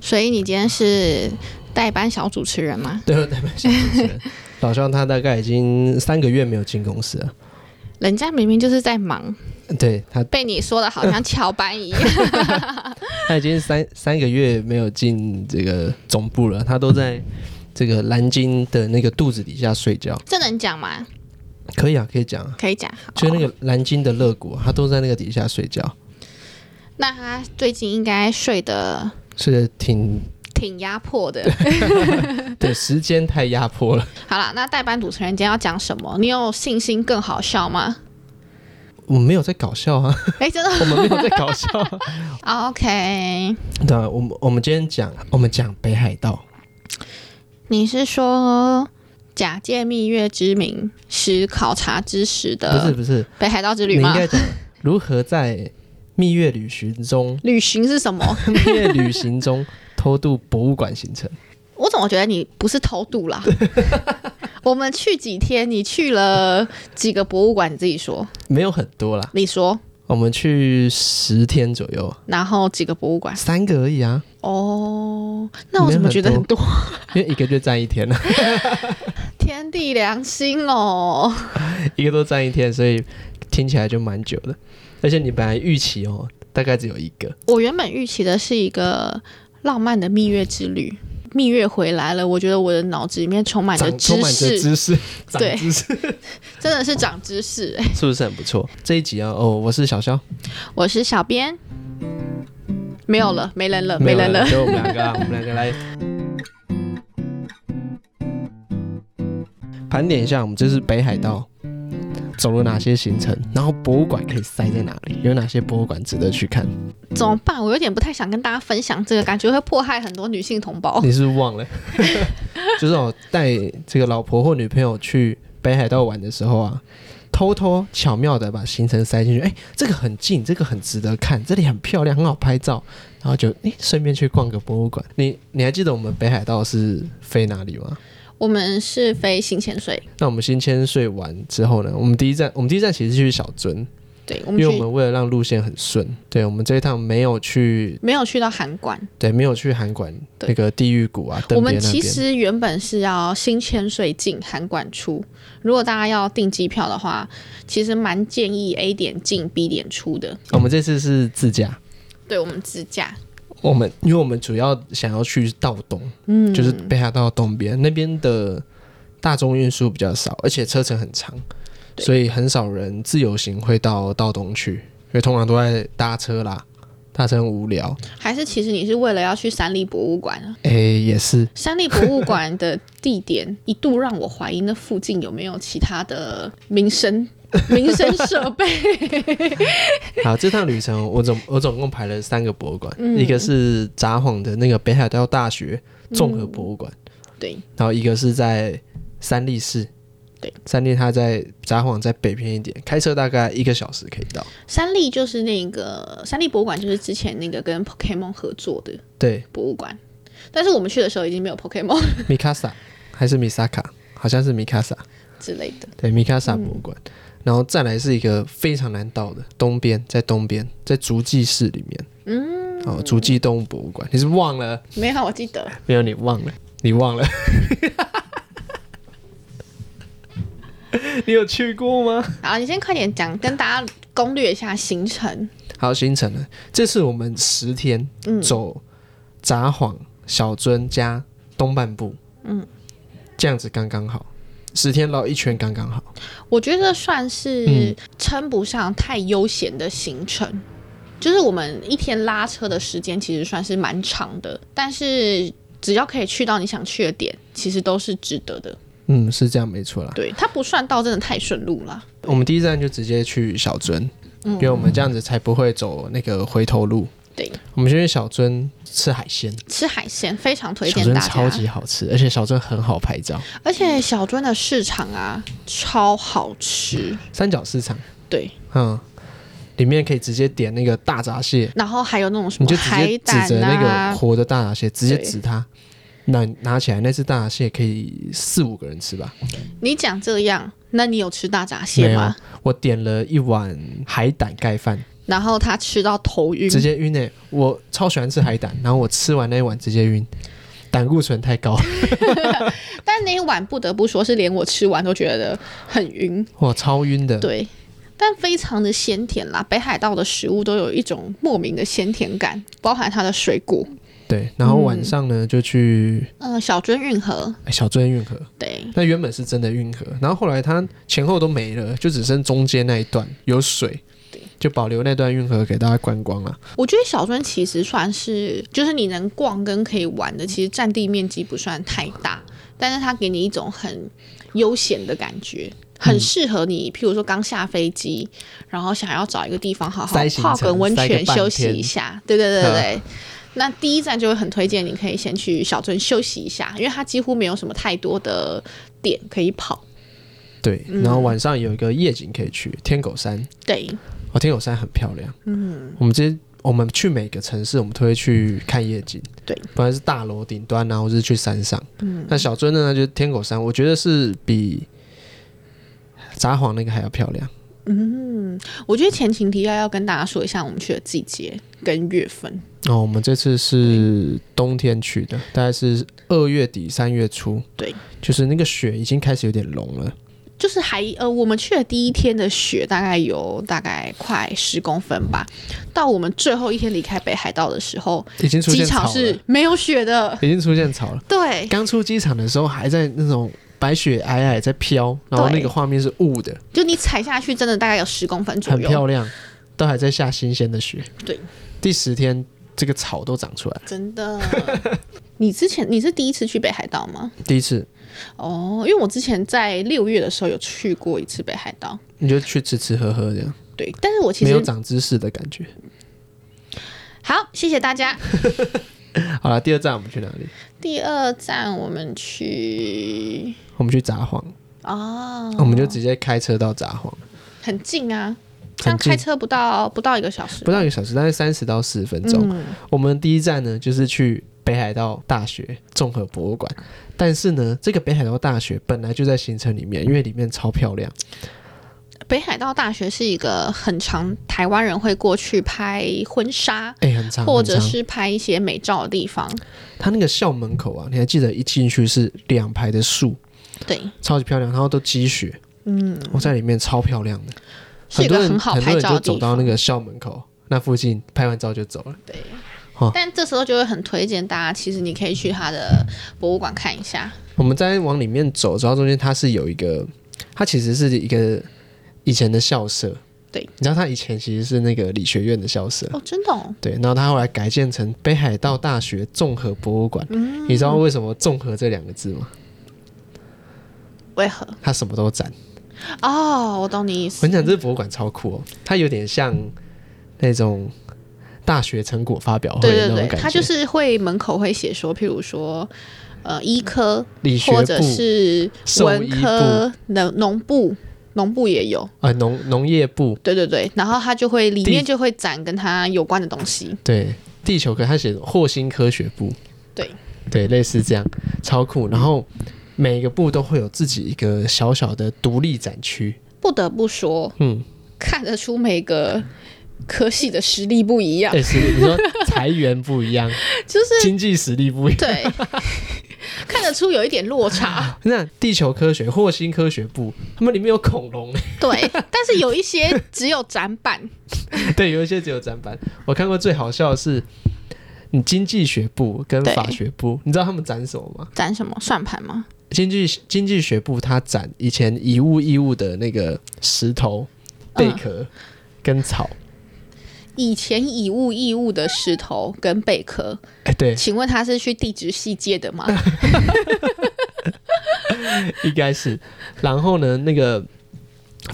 所以你今天是代班小主持人吗？ 对，代班小主 持人。老乡他大概已经三个月没有进公司了，人家明明就是在忙，对他被你说的好像翘班 一样。他已经三 三个月没有进这个总部了，他都在这个蓝鲸的那个肚子底下睡觉。这能讲吗？可以啊，可以讲啊，可以讲。好就是那个蓝鲸的肋骨，啊他都在那个底下睡觉，那他最近应该睡得睡得 挺挺压迫的。对，时间太压迫了。好啦，那代班主持人今天要讲什么？你有信心更好笑吗？ 我们没有在搞笑啊，哎、真的 哦我们没有在搞笑、 啊。 OK。对啊，我们我们今天讲，我们讲北海道，你是说假借蜜月之名，使考察知识不是的不是，北海道之旅你应吗？该讲如何在蜜月旅行中旅行是什么？ 蜜月旅行中偷渡博物馆行程，我怎么觉得你不是偷渡 啦？我们去几天？你去了几个博物馆？你自己说，没有很多啦，你说，我们去十天左右，然后几个博物馆？三个而已啊，哦，那我怎么觉得很多？因为一个就占一天了， 天地良心哦！一个都占一天，所以听起来就蛮久的。而且你本来预期哦，大概只有一个，我原本预期的是一个浪漫的蜜月之旅，蜜月回来了，我觉得我的脑子里面充满着长充啊知满着识，知识，对长知识，真的是长知识、哎 是不是很不错？这一集啊，哦，我是小肖，我是小编，没有了，没人了，呃没人有了。就我们两个啊，我们两个来盘点一下，我们这次北海道走了哪些行程，然后博物馆可以塞在哪里，有哪些博物馆值得去看？怎么办？我有点不太想跟大家分享这个，感觉会迫害很多女性同胞。你是不 是忘了？就是我带这个老婆或女朋友去北海道玩的时候啊。偷偷巧妙的把行程塞进去，哎、这个很近，这个很值得看，这里很漂亮，很好拍照，然后就哎顺、便去逛个博物馆。你你还记得我们北海道是飞哪里吗？我们是飞行潜水，那我们新千岁完之后呢，我们第一站，我们第一站其实是去小樽，对，我因嗯们去为我们为了让路线很顺，对我们这一趟没有去，没有去到函馆。对，没有去函馆对那个地狱谷啊，我登别们那其边。实原本是要新千岁进，函馆出。如果大家要订机票的话，其实蛮建议 A 点进 B 点出的。我们这次是自驾，对我们自驾，我们因为我们主要想要去道东，嗯，就是北海道东边那边的大众运输比较少，而且车程很长，对所以很少人自由行会到道东去，因为通常都在搭车啦，搭车很无聊。还是其实你是为了要去三立博物馆啊？哎、也是，三立博物馆的地点一度让我怀疑那附近有没有其他的民生民生设 备。好，这趟旅程我总我总共排了三个博物馆，一个是札幌的那个北海道大学综合博物馆，对，然后一个是在三立市。对，三立它在札幌在北边一点，开车大概一个小时可以到。三立就是那个三立博物馆，就是之前那个跟 Pokemon 合作的对博物馆。但是我们去的时候已经没有 Pokemon 米卡萨 还是米萨卡，好像是米卡萨。之类的。对，米卡萨博物馆，然后再来是一个非常难到的东边，在东边，在足迹市里面。嗯，哦，足迹动物博物馆，你是忘了？没有，我记得。没有，你忘了，你忘了。你有去过吗？好，你先快点讲，跟大家攻略一下行程。好，行程呢？这次我们十天嗯走札幌、小樽加东半部，嗯，这样子刚刚好，十天绕一圈刚刚好。我觉得算是称不上太悠闲的行程。就是我们一天拉车的时间其实算是蛮长的，但是只要可以去到你想去的点，其实都是值得的。嗯，是这样没错啦。对，它不算到真的太顺路了。我们第一站就直接去小樽，嗯因为我们这样子才不会走那个回头路。对，我们先去小樽吃海鲜，吃海鲜非常推小荐樽大超家，级好吃，而且小樽很好拍照，而且小樽的市场啊超好吃，三角市场。对，嗯，里面可以直接点那个大闸蟹，然后还有那种什你么就直海接指胆着那啊个，活的大闸蟹，直接对指它。那拿起来那只大闸蟹可以四五个人吃吧？你讲这样，那你有吃大闸蟹没有吗？嗯我点了一碗海胆盖饭，然后他吃到头晕，直接晕诶、我超喜欢吃海胆，然后我吃完那一碗直接晕，胆固醇太高， 但那一碗不得不说是连我吃完都觉得很晕，我超晕的。对，但非常的鲜甜啦。北海道的食物都有一种莫名的鲜甜感，包含它的水果，对，然后晚上呢就去、嗯、小樽运河，哎小樽运河，对，那原本是真的运河，然后后来它前后都没了，就只剩中间那一段有水对，就保留那段运河给大家观光了。我觉得小樽其实算是，就是你能逛跟可以玩的，其实占地面积不算太大，但是它给你一种很悠闲的感觉，嗯很适合你，譬如说刚下飞机，然后想要找一个地方好好塞行程泡个温塞泉个半休息天一下。对对对对对。那第一站就会很推荐，你可以先去小樽休息一下，因为它几乎没有什么太多的点可以跑。对，然后晚上有一个夜景可以去天狗山，对，哦，天狗山很漂亮。嗯，我们这我们去每个城市，我们都会去看夜景。对，不管是大楼顶端啊，或是去山上。嗯，那小樽呢，就是天狗山，我觉得是比札幌那个还要漂亮。我觉得前情提要要跟大家说一下我们去的季节跟月份。哦，我们这次是冬天去的，大概是二月底三月初。对，就是那个雪已经开始有点融了。就是还呃，我们去的第一天的雪大概有大概快十公分吧。到我们最后一天离开北海道的时候，已经出机现草场了，是没有雪的。已经出现草了。对刚出机场的时候还在那种白雪皑皑在飘，然后对那个画面是雾的，就你踩下去，真的大概有十公分左很右，漂亮，都还在下新鲜的雪。对，第十天这个草都长出来了，真的。 你之前你是第一次去北海道吗？第一次哦，因为我之前在六月的时候有去过一次北海道，你就去吃吃喝喝这样，对。但是我其没有实长知识的感觉。好，谢谢大家。好了，第二站我们去哪里？第二站我们去我们去札幌，哦，我们就直接开车到札幌，很近啊，这样很开近，车不到不到一个小时吧，不到一个小时，大概三十到四十分钟。嗯我们第一站呢，就是去北海道大学综合博物馆。但是呢，这个北海道大学本来就在行程里面，因为里面超漂亮。北海道大学是一个很常台湾人会过去拍婚纱哎、很长，或者很长。是拍一些美照的地方。它那个校门口啊，你还记得一进去是两排的树，对，超级漂亮，然后都积雪。嗯，我在里面超漂亮的，是一很个多人很好拍很多照人就的走地到那方。个校门口那附近拍完照就走了。对哦，但这时候就会很推荐大家，其实你可以去它的博物馆看一下。我们再往里面走，走到中间它是有一个，它其实是一个以前的校舍。对，你知道它以前其实是那个理学院的校舍。哦，真的、哦，对，然后它后来改建成北海道大学综合博物馆。嗯你知道为什么“综合”这两个字吗？为何？它什么都展。哦，我懂你意我思跟。你讲，这博物馆超酷哦，它有点像那种大学成果发表会对对的那种对感觉，，它就是会门口会写说，譬如说，呃，医科理学或者部、是兽文医科、农农部、农部也有。呃农农业部，对对对，然后它就会里面地就会展跟它有关的东西。对，地球科，它写霍星科学部，对对，类似这样，超酷。然后每个部都会有自己一个小小的独立展区，不得不说，嗯，看得出每个科系的实力不一样，但是嗯你说财源 不一样，就是经济实力不一样。对， 看得出有一点落 差。那地球科学、霍星科学部，他们里面有恐龙， 对，但是有一些只有展板，对，有一些只有展板。我看过最好笑的是，你经济学部跟对法学部，你知道他们展什么吗？展什么算盘吗？经济经济学部它展以前一物一物的那个石头、贝嗯壳跟草。以前以物易物的石头跟贝壳，哎、对， 请问他是去地质系借的吗？应该是。然后呢，那个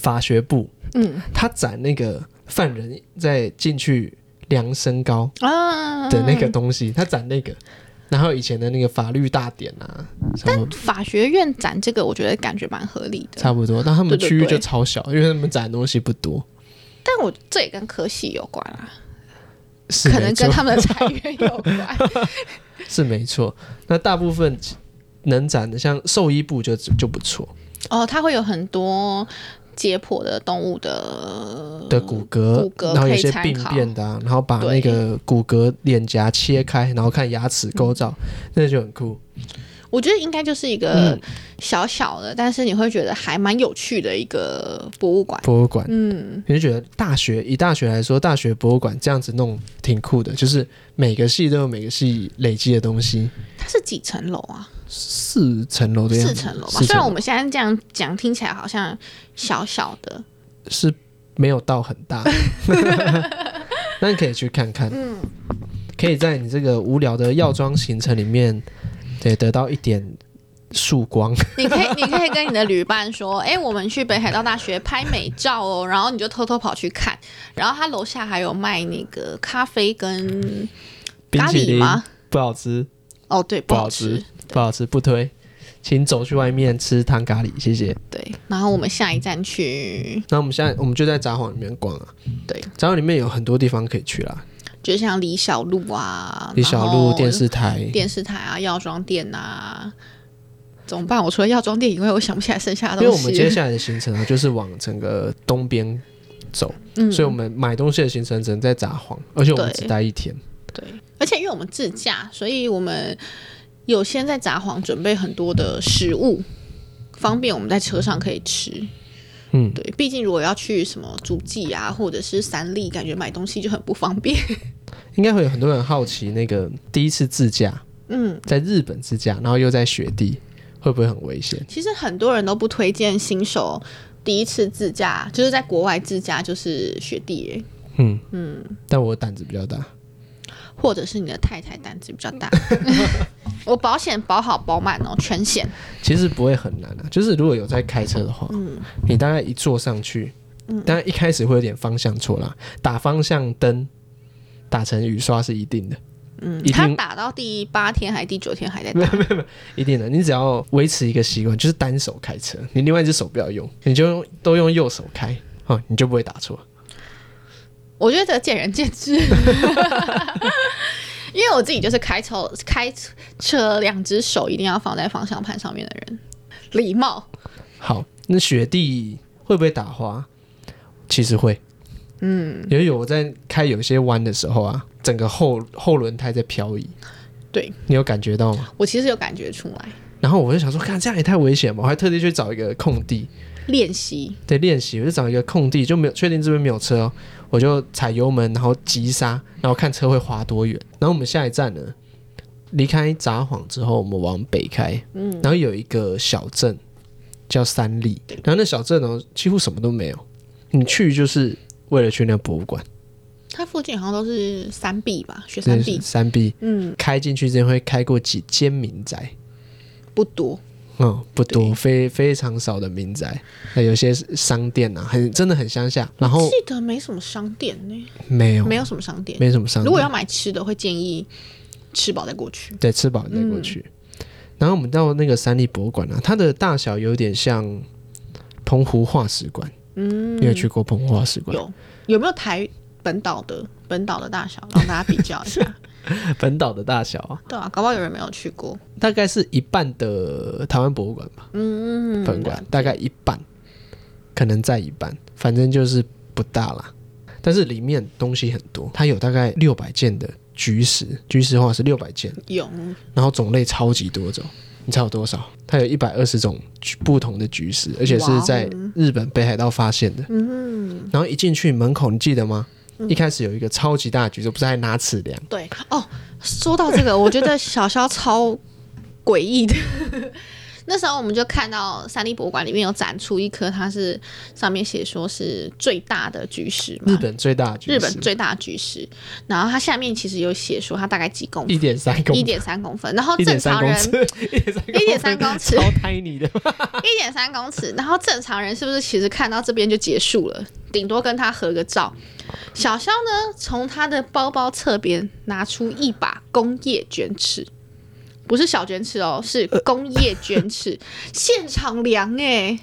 法学部，嗯他展那个犯人在进去量身高啊的那个东西，他展那个。然后以前的那个法律大典啊，什么法学院展这个，我觉得感觉蛮合理的。差不多，但他们对对区域对就超小，因为他们展的东西不多，但我这也跟科系有关啦，是可没能错跟他们的财源有关。是没错。那大部分能展的，像兽医部就就不错，哦，它会有很多解剖的动物的的骨骼，呃骨骼然后有可以些参病考变的、啊，然后把那对个骨骼脸颊切开，然后看牙齿构造，那就很酷。我觉得应该就是一嗯个小小的，但是你会觉得还蛮有趣的一个博物馆。博物馆，嗯，你就觉得大学以大学来说，大学博物馆这样子弄挺酷的，就是每个系都有每个系累积的东西，它是几层楼啊？四层楼的样子，四层楼吧。四虽然楼我们现在这样讲，听起来好像小小的，是没有到很 大， 那你可以去看看，嗯，可以在你这个无聊的药妆行程里面，对，得到一点曙光。你可以， 你可以跟你的旅伴说，哎、我们去北海道大学拍美照哦，然后你就偷偷跑去看，然后他楼下还有卖那个咖啡跟冰咖淇喱淋吗？不好吃，哦，对，不不好好吃吃，，不好吃，不推，请走去外面吃汤咖喱，谢谢。对。然后我们下一站去，那我们现在我们就在札幌里面逛啊，对，札幌里面有很多地方可以去啦，就像李小璐啊，李小然璐后电视台，电视台啊，药妆店啊，怎么办？我除了药妆店以外，我想不起来剩下的因为东我西。们接下来的行程啊，就是往整个东边走，嗯所以我们买东西的行程只能在札幌，而且我们对只待一天。对，而且因为我们自驾，所以我们有先在札幌准备很多的食物，方便我们在车上可以吃。嗯，对，毕竟如果要去什么足迹啊，或者是三立，感觉买东西就很不方便。 应该会有很多人好奇，那个第一次自驾嗯，在日本自驾，然后又在雪地，会不会很危险？其实很多人都不推荐新手第一次自驾，就是在国外自驾，就是雪地耶、嗯嗯，但我胆子比较大，或者是你的太太胆子比较大。 我保险保好保满哦，全险。其实不会很难啊。就是如果有在开车的话，你大概一坐上去，当然一开始会有点方向错啦，打方向灯打成雨刷是一定的，嗯，一定他打到第八天还是第九天还在打，一定的。你只要维持一个习惯，就是单手开车，你另外一只手不要用，你就用都用右手开，哦，你就不会打错。我觉得见仁见智。 因为我自己就是开车开车两只手一定要放在方向盘上面的人，礼貌。好，那雪地会不会打滑？其实会，嗯，也有我在开有些弯的时候啊，整个后后轮胎在漂移，对你有感觉到吗？我其实有感觉出来，然后我就想说，看这样也太危险嘛，我还特地去找一个空地，练习对，练习，我就找一个空地，就没有确定这边没有车、哦，我就踩油门，然后急刹，然后看车会滑多远。然后我们下一站呢，离开札幌之后，我们往北开，嗯，然后有一个小镇叫三立，然后那小镇哦，几乎什么都没有，你去就是为了去那博物馆，它附近好像都是三 B 吧，学对三 B，三 B，嗯，开进去之前会开过几间民宅。不多。嗯，不多，对非非常少的民宅，那有些商店啊，很真的很乡下，然后记得没什么商店呢、哦没有没有什么商店。没什么商如果店，要买吃的，会建议吃饱再过去。对，吃饱嗯再过去。然后我们到那个三立博物馆啊，它的大小有点像澎湖化石馆，嗯，你有去过澎湖化石馆？有有没有台本岛的本岛的大小，让大家比较一 啊下？ 本岛的大小啊，对啊，搞不好有人没有去过。大概是一半的台湾博物馆吧，嗯，本馆、大概一半，可能在一半，反正就是不大啦。但是里面东西很多，它有大概六百件的菊石，菊石化石六百件，有然后种类超级多种，你猜有多少？它有一百二十种菊不同的菊石，而且是在日本北海道发现的。哦嗯，然后一进去门口，你记得吗？一开始有一个超级大的橘子，不是还拿尺量？对哦。说到这个，我觉得小肖超诡异的。 那时候我们就看到三立博物馆里面有展出一颗，它是上面写说是最大的菊石嘛，日本最大的橘子，日本最大的菊石。然后它下面其实有写说它大概几公一分，点三公一点三公分。然后一哦正点三常公人尺， 一点三一点三公尺超 tiny 的，一点三公尺，然后正常人是不是其实看到这边就结束了，顶多跟他合个照。小肖呢，从他的包包侧边拿出一把工业卷尺，不是小卷尺哦，是工业卷尺，现场量哎、你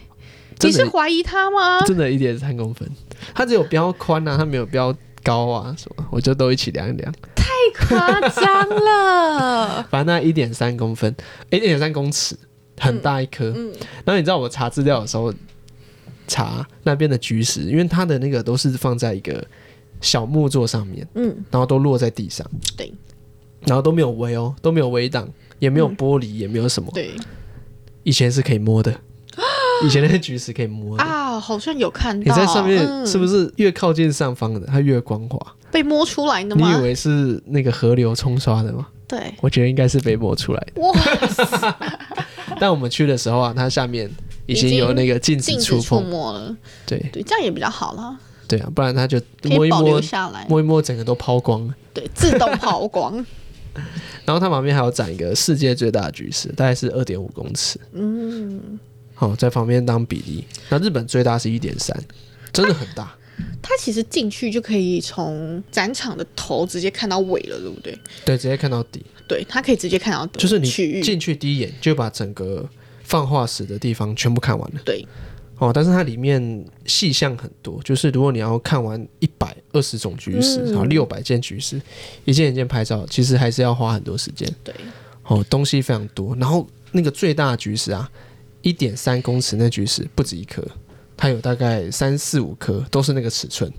真是的怀疑他吗？真的，一点三公分。它只有标宽啊，它没有标高啊什么，我就都一起量一量。太夸张了，反正那一点三公嗯分，一点三公尺，很大一颗。然后你知道我查资料的时候，茶那边的菊石，因为它的那个都是放在一个小木座上面，嗯，然后都落在地上，对然后都没有围哦，都没有围挡，也没有嗯玻璃，也没有什么。 对以前是可以 摸的，以前那个菊石可以摸的。啊，好像有看你到在上面嗯是不是越靠近上方的它越光滑？被摸出来的你吗？以为是那个河流冲刷的吗？对，我觉得应该是被摸出来 的。哇，但我们去的时候啊，它下面已已经经有那个禁止禁触止触碰，摸了，对对，这样也比较好啦，对啊，不然它就可摸以一保留摸，下来，摸一摸，整个都抛光了。对，自动抛 光，然后它旁边还有长一个世界最大的菊石，大概是二点五公尺，嗯，好、在旁边当比例。那日本最大是一点三，真的很 大。它其实进去就可以从展场的头直接看到尾了，对不对？对，直接看到底，对，它可以直接看到的就是你区域，进去第一眼就把整个放化石的地方全部看完了。对，哦，但是它里面细项很多，就是如果你要看完一百二十种菊石，嗯然后六百件菊石，一件一件拍照，其实还是要花很多时间。对，哦，东西非常多。然后那个最大的菊石啊，一点三公尺那菊石不止一颗，它有大概三四五颗，都是那个尺寸，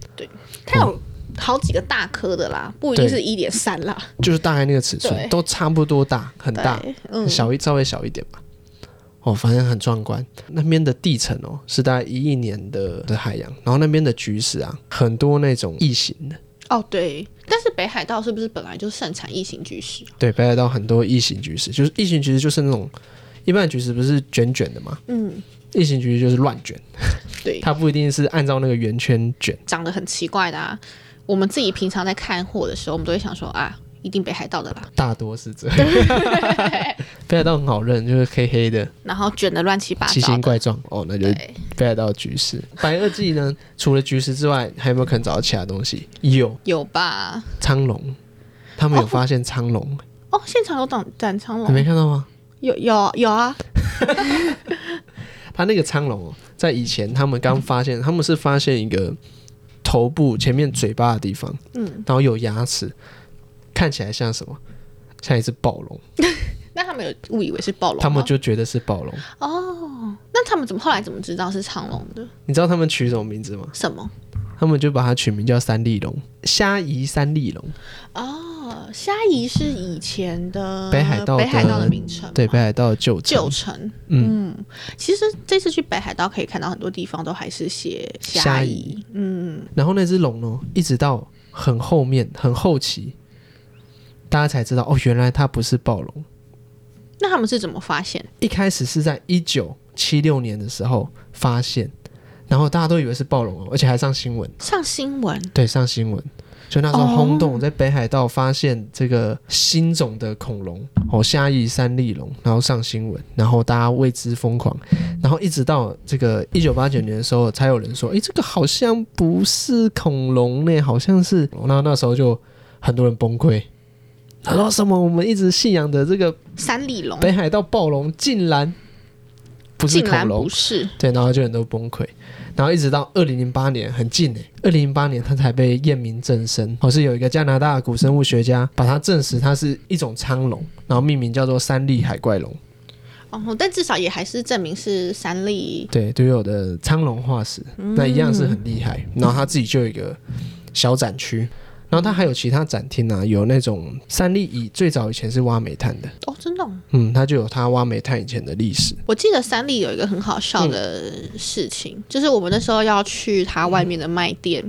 它有好几个大颗的啦，不一定哦对是一点三啦，就是大概那个尺寸对都差不多大，很大，对，嗯，小一稍微小一点吧。哦，反正很壮观。那边的地层哦，是大概一亿年的的海洋，然后那边的菊石啊，很多那种异形的。哦对，但是北海道是不是本来就盛产异形巨石？啊对，北海道很多异形菊石，就是异形菊石就是那种一般的菊石不是卷卷的嘛，嗯，异形菊石就是乱卷，对，它不一定是按照那个圆圈卷。长得很奇怪的啊。我们自己平常在看货的时候，我们都会想说啊，一定北海道的 啦，大多是这样。北海道很好认，就是黑黑的，然后卷的乱七八奇糟形的。怪状。哦，那就是对，北海道菊石。白垩纪呢，除了菊石之外，还有没有可能找到其他东西？有有吧？苍龙，他们有发现苍龙，哦，现场有展展苍你没龙，看到吗？有有有啊，他那个苍龙哦，在以前他们刚发现，他们是发现一个头部前面嘴巴的地方，嗯，然后有牙齿，看起来像什么？像一只暴龙，那他们有误以为是暴龙吗，他们就觉得是暴龙。哦，那他们怎么后来怎么知道是苍龙的？你知道他们取什么名字吗？什么？他们就把它取名叫三丽龙，虾夷三丽龙，哦，虾夷是以前的北海道的北海道的名称，对，北海道的旧城旧城。嗯其实这次去北海道可以看到很多地方都还是写虾虾夷，嗯，然后那只龙呢，一直到很后面、很后期，大家才知道哦，原来它不是暴龙。那他们是怎么发现？一开始是在一九七六年的时候发现，然后大家都以为是暴龙哦，而且还上新闻，上新闻，对，上新闻。就那时候哦轰动，在北海道发现这个新种的恐龙哦，虾夷三丽龙，然后上新闻，然后大家为之疯狂，然后一直到这个一九八九年的时候，才有人说，诶，这个好像不是恐龙呢，好像是，然后那时候就很多人崩溃，他说什么我们一直信仰的这个三里龙北海道暴龙竟然不是竟恐然龙不，是，对，然后就很多崩溃，然后一直到二零零八年，很近诶、2二零零八年它才被验明正身，哦好是有一个加拿大的古生物学家把它证实它是一种苍龙，然后命名叫做三丽海怪龙，哦，但至少也还是证明是三里。对，都有的苍龙化石，嗯那一样是很厉害，然后它自己就有一个小展区。然后它还有其他展厅啊，有那种三丽蚁最早以前是挖煤炭的，哦，真的哦、嗯，它就有它挖煤炭以前的历史。我记得三立有一个很好笑的嗯事情，就是我们那时候要去它外面的卖店，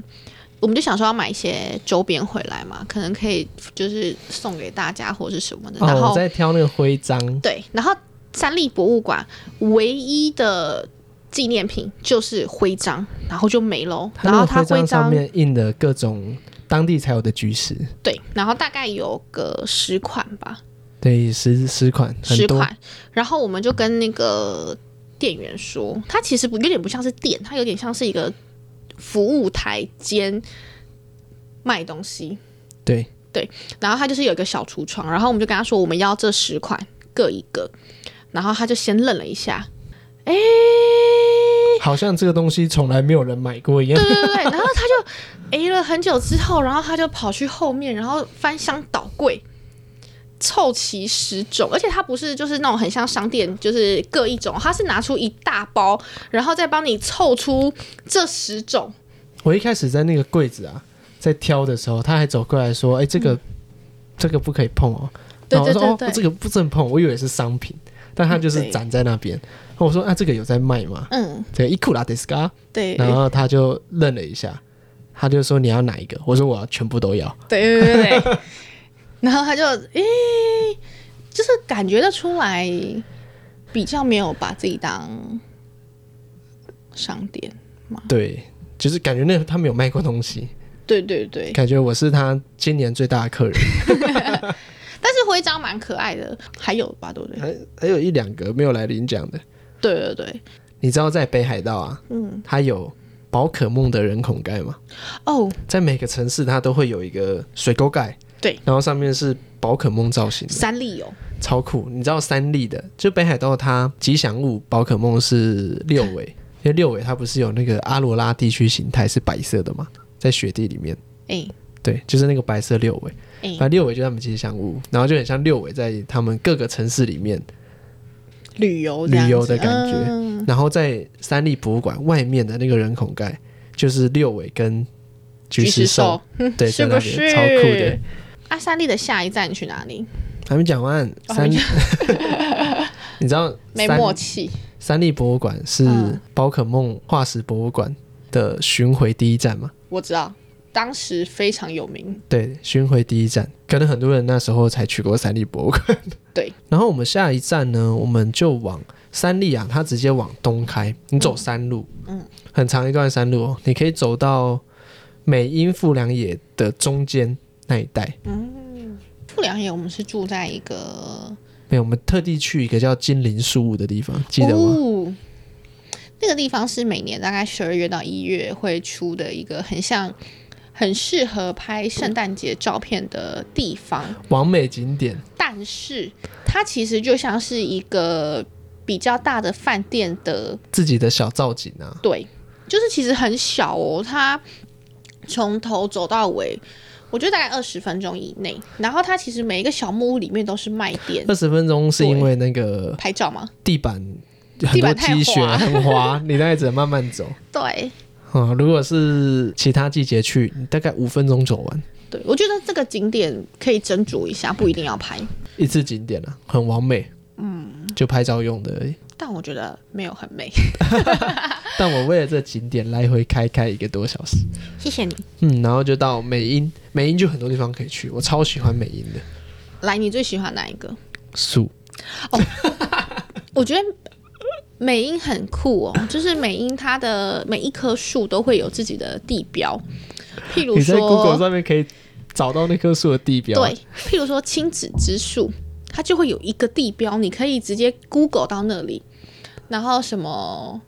我们就想说要买一些周边回来嘛，可能可以就是送给大家或是什么的。然哦，后、我在挑那个徽章，对，然后三立博物馆唯一的纪念品就是徽章，然后就没喽。它然那后个它徽徽章上章面印的各种当地才有的菊石，对，然后大概有个十款吧，对，十十款，很十多。款。然后我们就跟那个店员说，它其实不有点不像是店，它有点像是一个服务台兼卖东西。对，然后它就是有一个小橱窗，然后我们就跟他说我们要这十款各一个，然后他就先愣了一下，哎、好像这个东西从来没有人买过一样对。对对，然后他就诶了很久之后，然后他就跑去后面，然后翻箱倒柜，凑齐十种，而且它不是就是那种很像商店，就是各一种，它是拿出一大包，然后再帮你凑出这十种。我一开始在那个柜子啊，在挑的时候，他还走过来说：“哎、这个、这个不可以碰哦。”嗯对然后我对说：“对对，哦，这个不准碰。”我以为是商品，但他就嗯是对展在那边。然后我说：“啊，这个有在卖吗嗯，？”这个伊库拉迪斯卡，对然后他就愣了一下，他就说：“你要哪一个？”我说：“我要全部都要。对对对对。 然后他就诶、就是感觉得出来，比较没有把自己当商店。”对，就是感觉那他没有卖过东西，对对对，感觉我是他今年最大的 客人。但是徽章蛮可爱的，还有吧，对不对？还还有一两个没有来领奖的，对对对，你知道在北海道啊，嗯，它有宝可梦的人孔盖吗？哦，在每个城市它都会有一个水沟盖，对，然后上面是宝可梦造型的，三丽哦，超酷。你知道三粒的，就北海道它吉祥物宝可梦是六 尾，因为六尾它不是有那个阿罗拉地区形态是白色的嘛，在雪地里面，哎对，就是那个白色六尾，哎反，正六尾就是他们吉祥物，然后就很像六尾在他们各个城市里面，旅游这样旅游子的感觉嗯然后在三立博物馆外面的那个人孔盖就是六尾跟菊石兽，，对，是在不那是边超酷的。啊，三丽的下一站去哪里？还没讲完，哦三， 你知道 没三默契，三立博物馆是嗯宝可梦化石博物馆的巡回第一站嘛？我知道，当时非常有名。对，巡回第一站，可能很多人那时候才去过三立博物馆。对， 然后我们下一站呢，我们就往三立啊，它直接往东开，你走山路，嗯很长一段山路哦，你可以走到美英富良野的中间那一带。富良野，我们是住在一个没有，我们特地去一个叫金铃树屋的地方，记得吗？哦那个地方是每年大概十二月到一月会出的一个很像、很适合拍圣诞节照片的地方。完美景点，但是它其实就像是一个比较大的饭店的，自己的小造景啊。对，就是其实很小哦，它从头走到尾。我觉得大概二十分钟以内，然后它其实每一个小木屋里面都是卖点，二十分钟是因为那个拍照吗？地板很多积雪地板太滑很滑，你大概只能慢慢走对， 啊、如果是其他季节去，你大概五分钟走完对，我觉得这个景点可以斟酌一下，不一定要拍，一次景点了、很完美。嗯，就拍照用的而已。但我觉得没有很美。但我为了这景点来回开开一个多小时， 谢谢你，嗯，然后就到美英，美英就很多地方可以去，我超喜欢美英的来，你最喜欢哪一个？树。我觉得美英很酷哦，就是美英它的每一棵树都会有自己的地标，譬如你在 Google 说，上面可以找到那棵树的地标，对，，譬如说亲子之树，它就会有一个地标，你可以直接 Google 到那里，然后什么，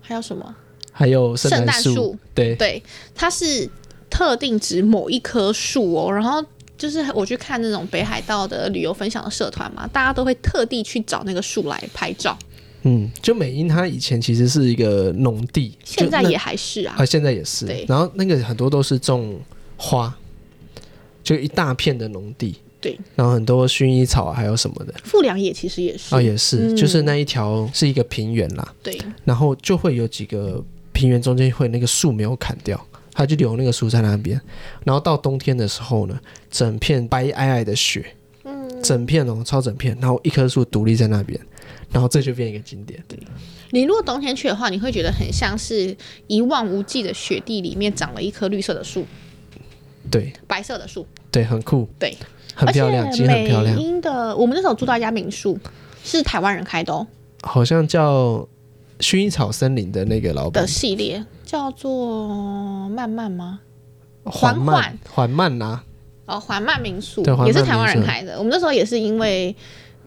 还有什么？还有圣圣诞诞树树，对，对，它是特定指某一棵树哦，然后。就是我去看那种北海道的旅游分享的社团嘛，大家都会特地去找那个树来拍照，嗯，就美英它以前其实是一个农地，现在就那也还是啊啊、。现在也是对。然后那个很多都是种花，就一大片的农地。对。然后很多薰衣草啊还有什么的富良野其实也是，啊、也是，嗯就是那一条是一个平原啦，对，然后就会有几个平原中间会那个树没有砍掉，它就留那个树在那边。然后到冬天的时候呢，整片白皑皑的雪，嗯，整片哦，超整片，然后一棵树独立在那边，然后这就变一个景点。你如果冬天去的话，你会觉得很像是一望无际的雪地里面长了一棵绿色的树，对白色的树，对，很酷，对，很漂亮，而其且实很美漂亮。英的，我们那时候住到一家民宿，是台湾人开的哦好像叫薰衣草森林的那个老板的，系列，叫做慢慢吗？缓慢缓慢啊啦、哦，缓慢民宿对缓慢也民宿是台湾人开的。我们那时候也是因为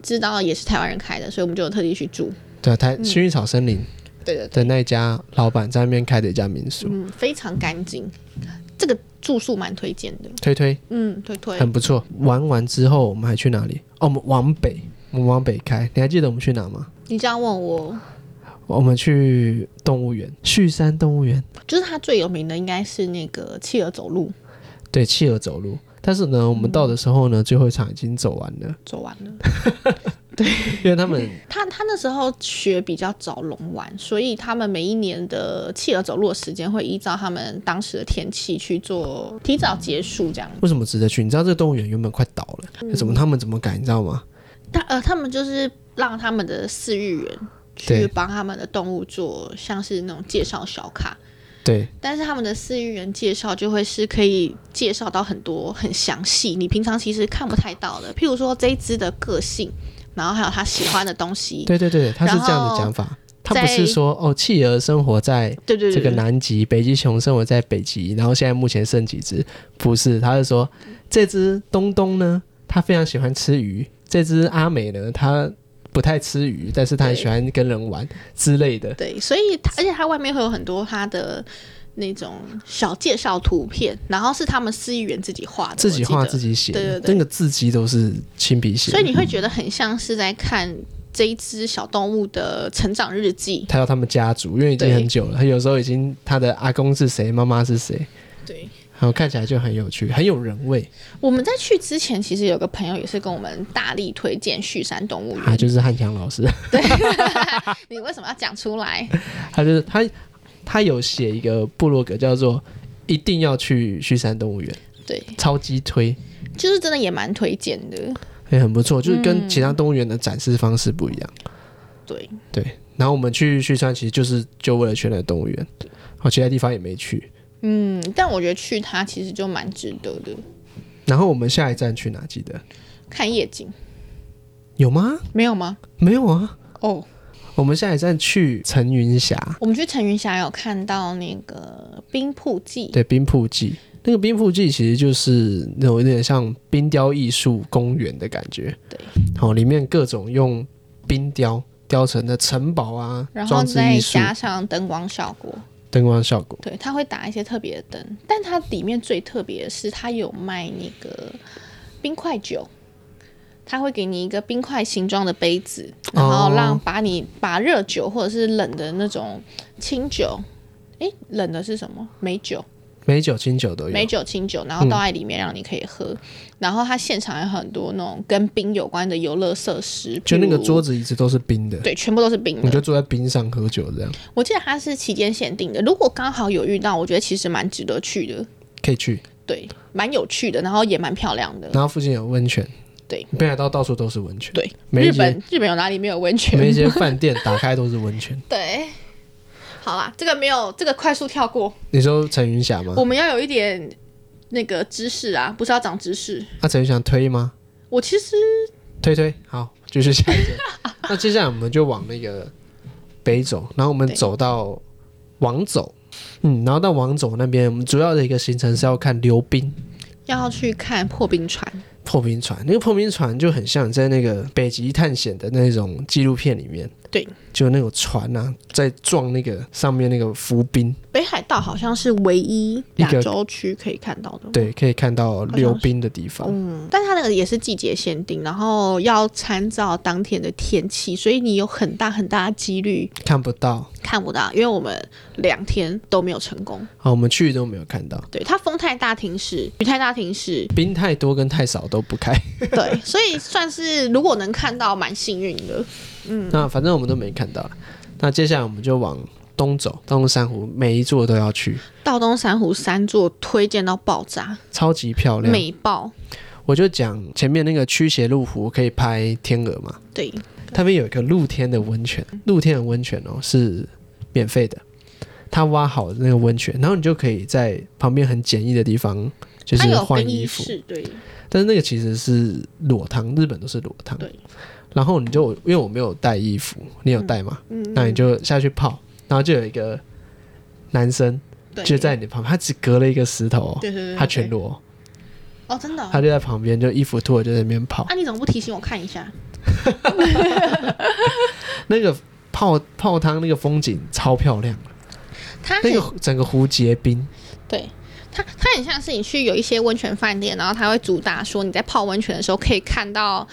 知道也是台湾人开的，所以我们就有特地去住。对，啊台薰衣草森林嗯对对对，的那家老板在那边开的一家民宿，嗯，非常干净，这个住宿蛮推荐的。推推嗯，推推。很不错。玩完之后我们还去哪里？哦，我们往北，我们往北开。你还记得我们去哪吗？你这样问我，我们去动物园，旭山动物园，就是它最有名的应该是那个企鹅走路，对，企鹅走路。但是嗯呢，我们到的时候呢，最后一场已经走完了，走完了。因为他们他他那时候学比较早龙湾，所以他们每一年的企鹅走路的时间会依照他们当时的天气去做提早结束这样。为什么值得去？你知道这个动物园原本快倒嗯了，怎么他们怎么改？你知道吗？他呃，他们就是让他们的饲育员去对帮他们的动物做像是那种介绍小卡，对，但是他们的饲育员介绍就会是可以介绍到很多很详细，你平常其实看不太到的，譬如说这一只的个性，然后还有它喜欢的东西，对对对，他是这然样的后讲法。他不在嗯是说哦，企鹅生活在对对对这个对南极，北极熊生活在北极，然后现在目前剩几只？不是，他是说这只东东呢，它非常喜欢吃鱼；这只阿美呢，它不太吃鱼，但是它很对喜欢跟人玩之类的。对，所以它而且它外面会有很多它的那种小介绍图片，然后是他们司议员自己画的，自己我画记得自己写的，对对对那个字迹都是亲笔写的。所以你会觉得很像是在看这一只小动物的成长日记。他要他们家族，因为已经对很久了，他有时候已经他的阿公是谁，妈妈是谁，对，然后看起来就很有趣，很有人味我们在去之前，其实有个朋友也是跟我们大力推荐旭山动物园。啊！就是汉强老师，你为什么要讲出来？他就是他，他有写一个部落格叫做“一定要去旭山动物园对，”，超级推，就是真的也蛮推荐的。也很不错，就是跟其他动物园的展示方式不一样。对，然后我们去旭山其实就是就为了去那个动物园，哦，其他地方也没去。嗯，但我觉得去它其实就蛮值得的，然后我们下一站去哪？记得看夜景有吗？没有吗？没有啊。哦，我们下一站去陈云峡，我们去陈云峡有看到那个冰瀑记，对，冰瀑记。那个冰瀑记其实就是那种有点像冰雕艺术公园的感觉。对，好、里面各种用冰雕雕成的城堡啊然，后装置再艺术、加上灯光效果，灯光效果。对，它会打一些特别的灯，但它里面最特别的是它有卖那个冰块酒，它会给你一个冰块形状的杯子，然后让哦把你把热酒或者是冷的那种清酒，诶，冷的是什么？美酒、美酒、清酒都有美，酒、清酒，然后嗯倒在里面让你可以喝。然后它现场有很多那种跟冰有关的游乐设施，就那个譬如桌。嗯子、椅子都是冰的，对，全部都是冰你的就。坐在冰上喝酒，这样我记得它是期间限定的，如果刚好有遇到，我觉得其实蛮值得去的。可以去。对，蛮有趣的，然后也蛮漂亮的。然后附近有温泉，对，北海道到处都是温泉，对，每一日节本日本有哪里没有温泉？每一间饭店打开都是温泉。对，好啦，这个没有，这个快速跳过。你说陈云霞吗？我们要有一点那个知识啊，不是要长知识。那啊陈云霞推吗？我其实推推，好，继续下一 个。那接下来我们就往那个北走，然后我们对走到王走，嗯，然后到王走那边，我们主要的一个行程是要看溜冰要去看破冰船，破冰船。那个破冰船就很像在那个北极探险的那种纪录片里面，对，就那种船啊，在撞那个上面那个浮冰，北海道好像是唯一一亚个洲区可以看到的。对，可以看到溜冰的地方。嗯，但它那个也是季节限定，然后要参照当天的天气，所以你有很大很大的几率看不到，看不到，因为我们两天都没有成功。好，我们去都没有看到，对，它风太大停驶，雨太大停驶， 冰太多跟太少都不开。对，所以算是如果能看到，蛮幸运的。那反正我们都没看到了。那接下来我们就往东走，东山湖每一座都要去，道东珊瑚三座推荐到爆炸，超级漂亮。美爆。我就讲前面那个驱邪路湖可以拍天鹅嘛，对，那边有一个露天的温泉，露天的温泉哦是免费的，他挖好的那个温泉，然后你就可以在旁边很简易的地方。就它是有换更衣衣服，室，对，但是那个其实是裸汤，日本都是裸汤。对。嗯然后你就因为我没有带衣服，你有带吗？那你就下去泡，然后就有一个男生对，就在你旁边，他只隔了一个石头哦，对对对，他全对裸哦，哦，真的哦、他就在旁边，就衣服脱了就在那边泡。啊，你怎么不提醒我看一下？嗯那个泡泡汤那个风景超漂亮，它那很个整个湖结冰，对。它它很像是你去有一些温泉饭店，然后它会主打说你在泡温泉的时候可以看到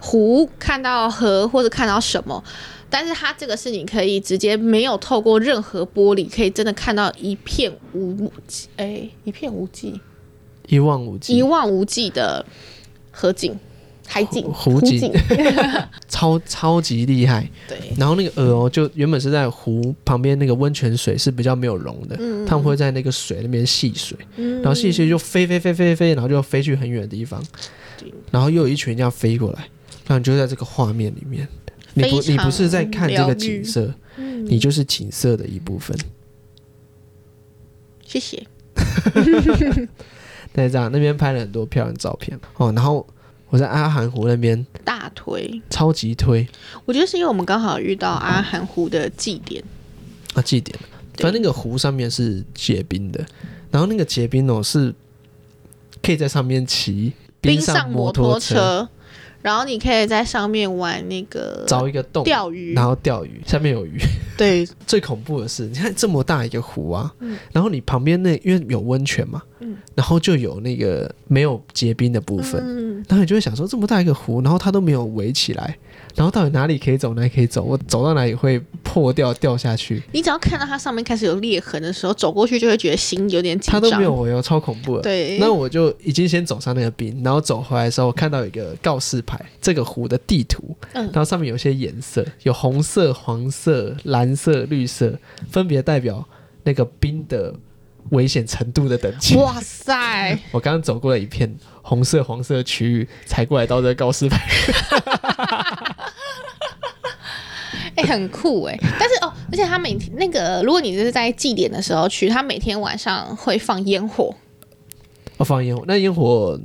湖、看到河或者看到什么，但是它这个是你可以直接没有透过任何玻璃，可以真的看到一片无，哎、一片无际，一望无际一，望无际的河景、海景、 湖湖景超超级厉害。对，然后那个鹅哦，就原本是在湖旁边那个温泉水是比较没有溶的，他们会在那个水那边戏水，嗯然后戏一戏就飞飞飞飞飞，然后就飞去很远的地方对，然后又有一群这样飞过来，然后你就在这个画面里面，你不非常你不是在看这疗个愈嗯景色，你就是景色的一部分。谢谢。但是这样那边拍了很多漂亮的照片哦，然后我在阿寒湖那边大推，超级推我觉得是因为我们刚好遇到阿含湖的祭典，啊祭典，对反正那个湖上面是结冰的，然后那个结冰哦是可以在上面骑冰上上摩托托，，然后你可以在上面玩那个凿一个洞，钓鱼，然后钓鱼，下面有鱼。 对，最恐怖的是，你看这么大一个湖啊，嗯然后你旁边那因为有温泉嘛，然后就有那个没有结冰的部分，嗯，然后你就会想说，这么大一个湖，然后它都没有围起来，然后到底哪里可以走，哪里可以走？我走到哪里会破掉掉下去？你只要看到它上面开始有裂痕的时候，走过去就会觉得心有点紧它张，都没有围哦，超恐怖的。对，那我就已经先走上那个冰，然后走回来的时候，我看到有一个告示牌，这个湖的地图，嗯然后上面有一些颜色，有红色、黄色、蓝色、绿色，分别代表那个冰的危险程度的等级。哇 塞，我刚刚走过了一片红色、黄色区域，才过来到这个告示牌。哎、很酷哎、但是哦，而且他每天那个，如果你就是在祭典的时候去，他每天晚上会放烟火， 我、放烟火，那烟火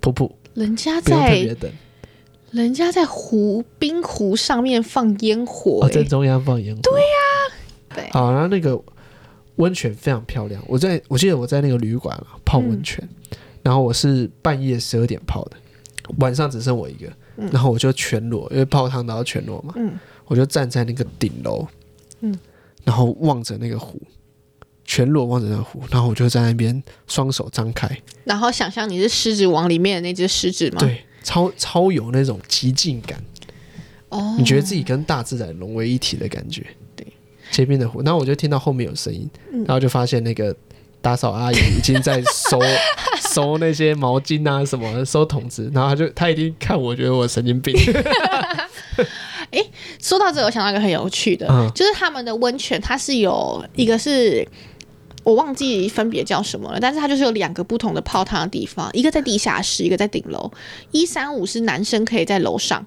普普，人家不用特在别等。人家在湖冰湖上面放烟火、哦，哎在中央放烟火。对呀、对好，然后那个温泉非常漂亮，我在我记得我在那个旅馆啊泡温泉，嗯然后我是半夜十二点泡的，晚上只剩我一个，然后我就全裸，因为泡汤都要全裸嘛，嗯我就站在那个顶楼，嗯，然后望着那个湖。全裸望着那个湖，然后我就在那边双手张开，然后想象你是狮子王里面的那只狮子吗？，对，超超有那种极尽感。哦，你觉得自己跟大自然融为一体的感觉。对，嗯街边的湖，然后我就听到后面有声音，然后就发现那个打扫阿姨已经在 收收那些毛巾啊什么，收桶子，然后她就她一定看我觉得我神 经病，说到这个，我想到一个很有趣的，嗯就是他们的温泉，它是有一个是。我忘记分别叫什么了，但是它就是有两个不同的泡汤的地方，一个在地下室，一个在顶楼。一三五是男生可以在楼上，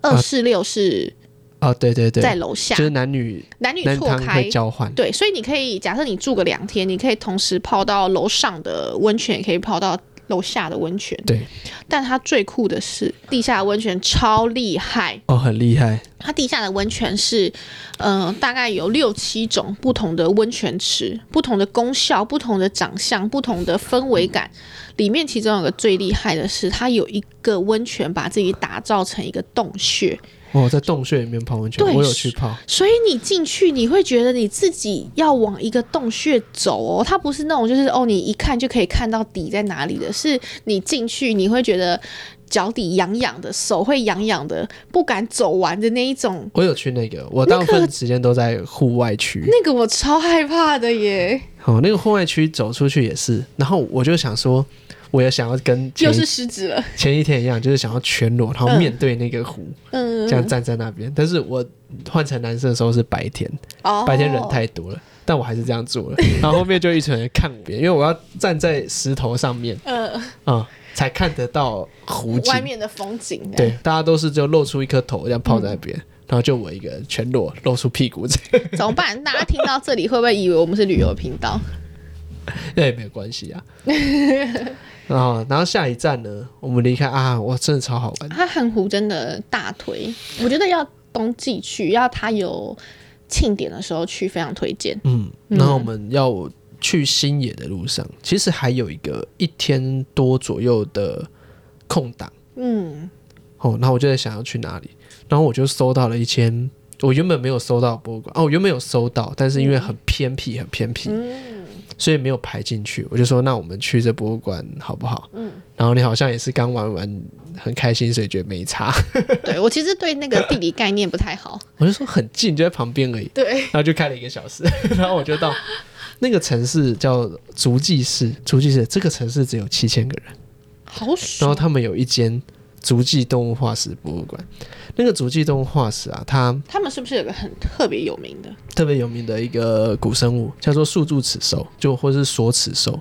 二四六是哦，对对啊对，在楼下，就是男女男女男错汤开会。交换，对，所以你可以假设你住个两天，你可以同时泡到楼上的温泉，也可以泡到楼下的温泉。对，但它最酷的是地下的温泉超厉害，哦，很厉害，它地下的温泉是，呃，大概有六七种不同的温泉池，不同的功效、不同的长相、不同的氛围感。里面其中有个最厉害的是，它有一个温泉把自己打造成一个洞穴，哦，在洞穴里面泡温泉，对我有去泡，所以你进去你会觉得你自己要往一个洞穴走哦。它不是那种就是哦，你一看就可以看到底在哪里的，是你进去你会觉得脚底痒痒的，手会痒痒的，不敢走完的那一种我有去那个，我大部分时间都在户外区，那个我超害怕的耶， 哦，那个户外区走出去也是，然后我就想说，我也想要跟前又一是失职了。前一天一样，就是想要全裸，然后面对那个湖，嗯，这样站在那边。但是我换成男生的时候是白天，哦白天人太多了，但我还是这样做了。然后后面就一群人看我，因为我要站在石头上面呃啊、才看得到湖景外。面的风景。对，，大家都是就露出一颗头这样泡在那嗯边，然后就我一个人全裸，露出屁股这样，怎么办？大家听到这里会不会以为我们是旅游频 道？那也没有关系啊。然后，然后下一站呢，我们离开啊，哇，真的超好玩。它含湖真的大推，我觉得要冬季去，要它有庆典的时候去，非常推 荐。嗯，然后我们要去新野的路上，其实还有一个一天多左右的空档嗯，哦。然后我就在想要去哪里，然后我就搜到了一间，我原本没有搜到的博物馆哦，我原本有搜到，但是因为很偏僻，很偏僻，所以没有排进去。我就说，那我们去这博物馆好不好？嗯，然后你好像也是刚玩完，很开心，所以觉得没差。对我其实对那个地理概念不太好。 我就说很近，就在旁边而已。对， 然后就开了一个小时，然后我就到那个城市叫足迹市，足迹市这个城市只有七千个人，好然后爽，他们有一间足迹动物化石博物馆。那个足迹动物化石啊，它他们是不是有个很特别有名的？特别有名的一个古生物叫做树柱齿兽，就或是锁齿兽，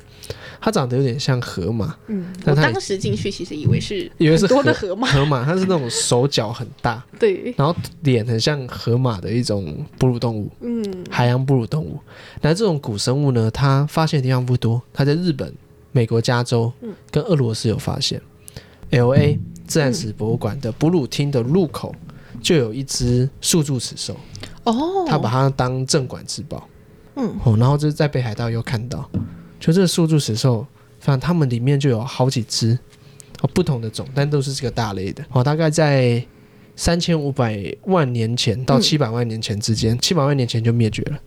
它长得有点像河马，嗯，我但它当时进去其实以为是以为是很多的河河马，河马，它是那种手脚很大，对，然后脸很像河马的一种哺乳动物，嗯，海洋哺乳动物。那这种古生物呢，它发现的地方不多，它在日本、美国加州嗯跟俄罗斯有发现。L A 自然史博物馆的哺乳厅的入口就有一只树柱齿兽，哦，他把它当镇馆之宝。嗯，哦，然后就是在北海道又看到，就这个树柱石兽，反正它们里面就有好几只哦，不同的种，但都是这个大类的。哦，大概在三千五百万年前到嗯七百万年前之间，七百、万年前就灭绝了。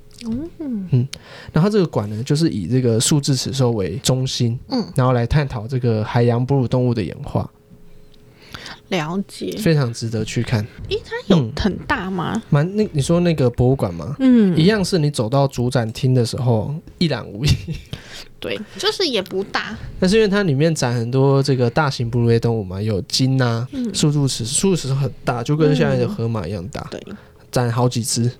嗯然后这个馆呢，就是以这个树质齿兽为中心，嗯，然后来探讨这个海洋哺乳动物的演化，了解，非常值得去看。咦，它有嗯很大吗？蛮那你说那个博物馆吗？嗯一，样是你走到主展厅的时候一览无遗， 对，就是也不大，但是因为它里面展很多这个大型哺乳类动物嘛，有鲸啊、嗯，树柱齿，树柱齿很大，就跟现在的河马一样大，对，展好几只。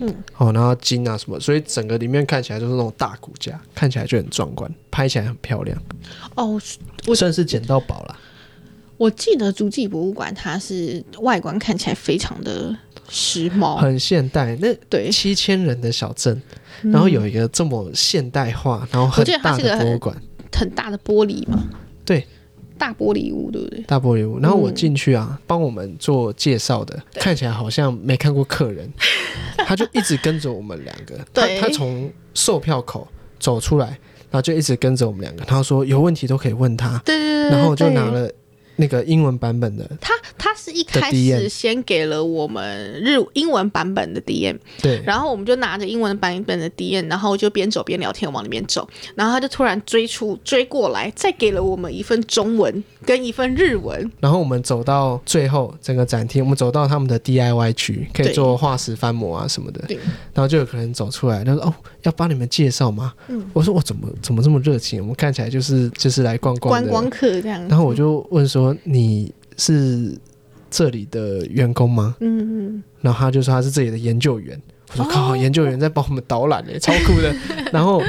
嗯，哦，然后鲸啊什么，所以整个里面看起来就是那种大骨架，看起来就很壮观，拍起来很漂亮，哦，我算是捡到宝啦。我记得足迹博物馆它是外观看起来非常的时髦，很现代。那对，七千人的小镇，然后有一个这么现代化，然后嗯很我记得它大是个的很博物馆，很大的玻璃嘛，对，大玻璃屋，对不对？大玻璃屋。然后我嗯进去啊，帮我们做介绍的，看起来好像没看过客 人，他就一直跟着我们两个。他对他从售票口走出来，然后就一直跟着我们两个。他说有问题都可以问他，对对对，然后我就对拿。了那个英文版本的，他他是一开的 DM 始先给了我们日英文版本的 DM，对，然后我们就拿着英文版本的 DM，然后就边走边聊天往里面走，然后他就突然追出追过来，再给了我们一份中文跟一份日文，然后我们走到最后整个展厅，我们走到他们的 DIY 区，可以对做化石翻模啊什么的。对然后就有可能走出来，他说：“哦，要帮你们介绍吗？”嗯我说：“我怎么怎么这么热情？我们看起来就是就是来逛逛观的。光客这样。然后我就问说：“你是这里的员工吗嗯，嗯，？”然后他就说：“他是这里的研究员。”我说：“哦靠，研究员在帮我们导览欸诶，超酷 的。”然后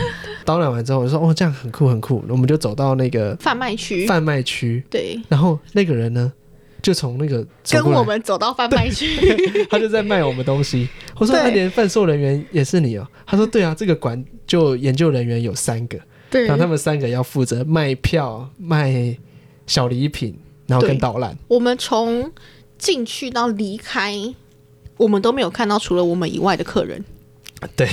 导览完之后，我就说：“哦，这样很酷很酷。”我们就走到那个贩卖区，贩卖区，对，然后那个人呢，就从那个走跟过来我们走到贩卖区，他就在卖我们东西。我说对那连贩售人员也是你哦、他说对啊，这个馆就研究人员有三个，对然后他们三个要负责卖票、卖小礼品，然后跟对导览。我们从进去到离开，我们都没有看到除了我们以外的客人。对。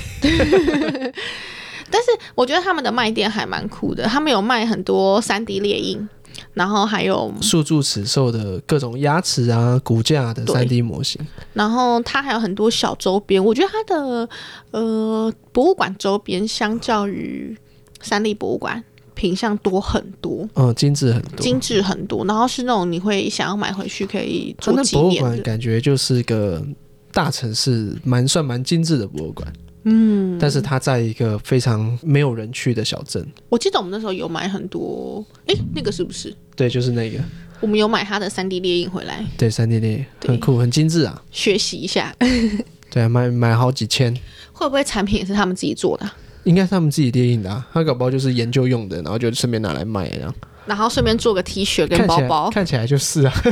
但是我觉得他们的卖店还蛮酷的，他们有卖很多三 D 猎印，然后还有，树柱齿兽的各种牙齿啊、骨架的对三 D 模型，然后它还有很多小周边。我觉得它的呃博物馆周边相较于三立博物馆品相多很多，嗯，精致很多。精致很多，然后是那种你会想要买回去可以它做哦那纪博物念馆的。感觉就是一个大城市，蛮算蛮精致的博物馆。嗯，但是它在一个非常没有人去的小镇，我记得我们那时候有买很多，诶，那个是不是？对，就是那个，我们有买它的三 D 猎印回来对，三 D 列对很酷，很精致啊。学习一下， 对啊，买买好几千，会不会产品也是他们自己做的啊、应该是他们自己列印的啊，他搞不好就是研究用的，然后就顺便拿来卖这样。然后顺便做个 T 恤跟看包起来包。看起来就是啊。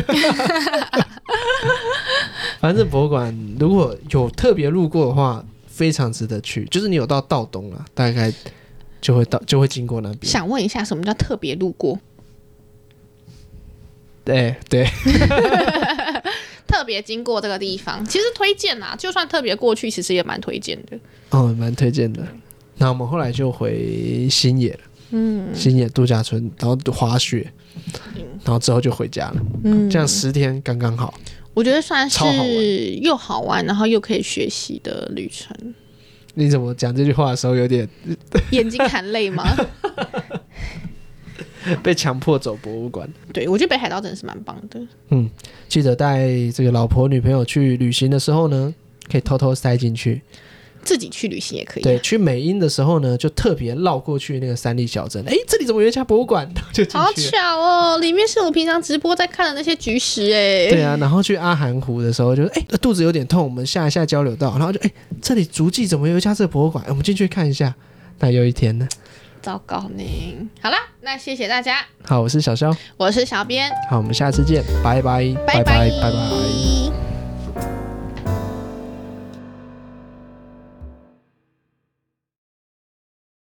反正这博物馆如果有特别路过的话，非常值得去。就是你有到道东啊，大概就会到就会经过那边。想问一下，什么叫特别路过？对对，特别经过这个地方，其实推荐啊，就算特别过去，其实也蛮推荐的。哦，蛮推荐的。那我们后来就回新野了，嗯，新野度假村，然后滑雪，然后之后就回家了。嗯，这样十天刚刚好。我觉得算超好是玩又好玩，然后又可以学习的旅 程。你怎么讲这句话的时候有点眼睛含泪吗？ 被强迫走博物馆。对，我觉得北海道真的是蛮棒的。记得带这个老婆女朋友去旅行的时候呢，可以偷偷塞进去，自己去旅行也可以、对，啊。去美英的时候呢，就特别绕过去那个三立小镇，哎，这里怎么有一家博物馆？ 然后就进好去了。巧哦，里面是我平常直播在看的那些菊石哎、对啊，然后去阿寒湖的时候就，哎肚子有点痛，我们下一下交流道，然后就哎这里足迹怎么有一家这个博物馆？哎我们进去看一下。那有一天呢？糟糕呢。好啦，那谢谢大家，好，我是小肖，我是小编，好，我们下次见，拜拜，拜拜拜拜拜。拜